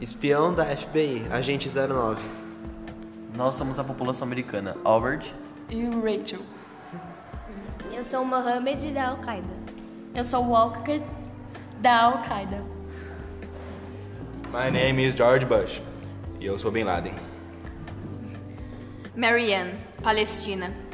Espião da FBI, agente 09. Nós somos a população americana, Albert. E o Rachel. Eu sou o Mohamed da Al-Qaeda. Eu sou o Walker da Al-Qaeda. My name is George Bush. E eu sou Bin Laden. Marianne, Palestina.